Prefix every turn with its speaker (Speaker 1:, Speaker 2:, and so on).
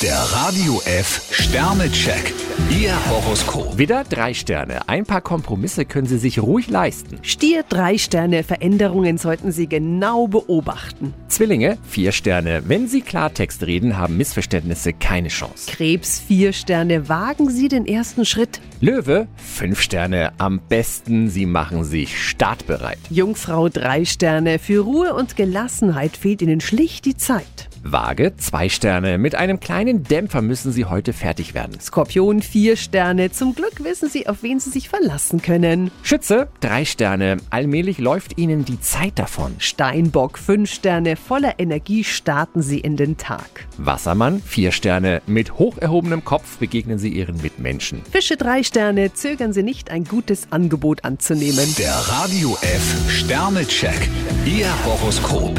Speaker 1: Der Radio F Sternecheck. Ihr Horoskop.
Speaker 2: Widder, drei Sterne. Ein paar Kompromisse können Sie sich ruhig leisten.
Speaker 3: Stier drei Sterne, Veränderungen sollten Sie genau beobachten.
Speaker 2: Zwillinge, vier Sterne. Wenn Sie Klartext reden, haben Missverständnisse keine Chance.
Speaker 3: Krebs vier Sterne, wagen Sie den ersten Schritt.
Speaker 2: Löwe, fünf Sterne. Am besten, Sie machen sich startbereit.
Speaker 3: Jungfrau drei Sterne, für Ruhe und Gelassenheit fehlt Ihnen schlicht die Zeit.
Speaker 2: Waage, zwei Sterne. Mit einem kleinen Dämpfer müssen Sie heute fertig werden.
Speaker 3: Skorpion vier Sterne, zum Glück wissen Sie, auf wen Sie sich verlassen können.
Speaker 2: Schütze, drei Sterne. Allmählich läuft Ihnen die Zeit davon.
Speaker 3: Steinbock fünf Sterne, voller Energie starten Sie in den Tag.
Speaker 2: Wassermann, vier Sterne. Mit hoch erhobenem Kopf begegnen Sie Ihren Mitmenschen.
Speaker 3: Fische drei Sterne, zögern Sie nicht, ein gutes Angebot anzunehmen.
Speaker 1: Der Radio F Sternecheck. Ihr Horoskop.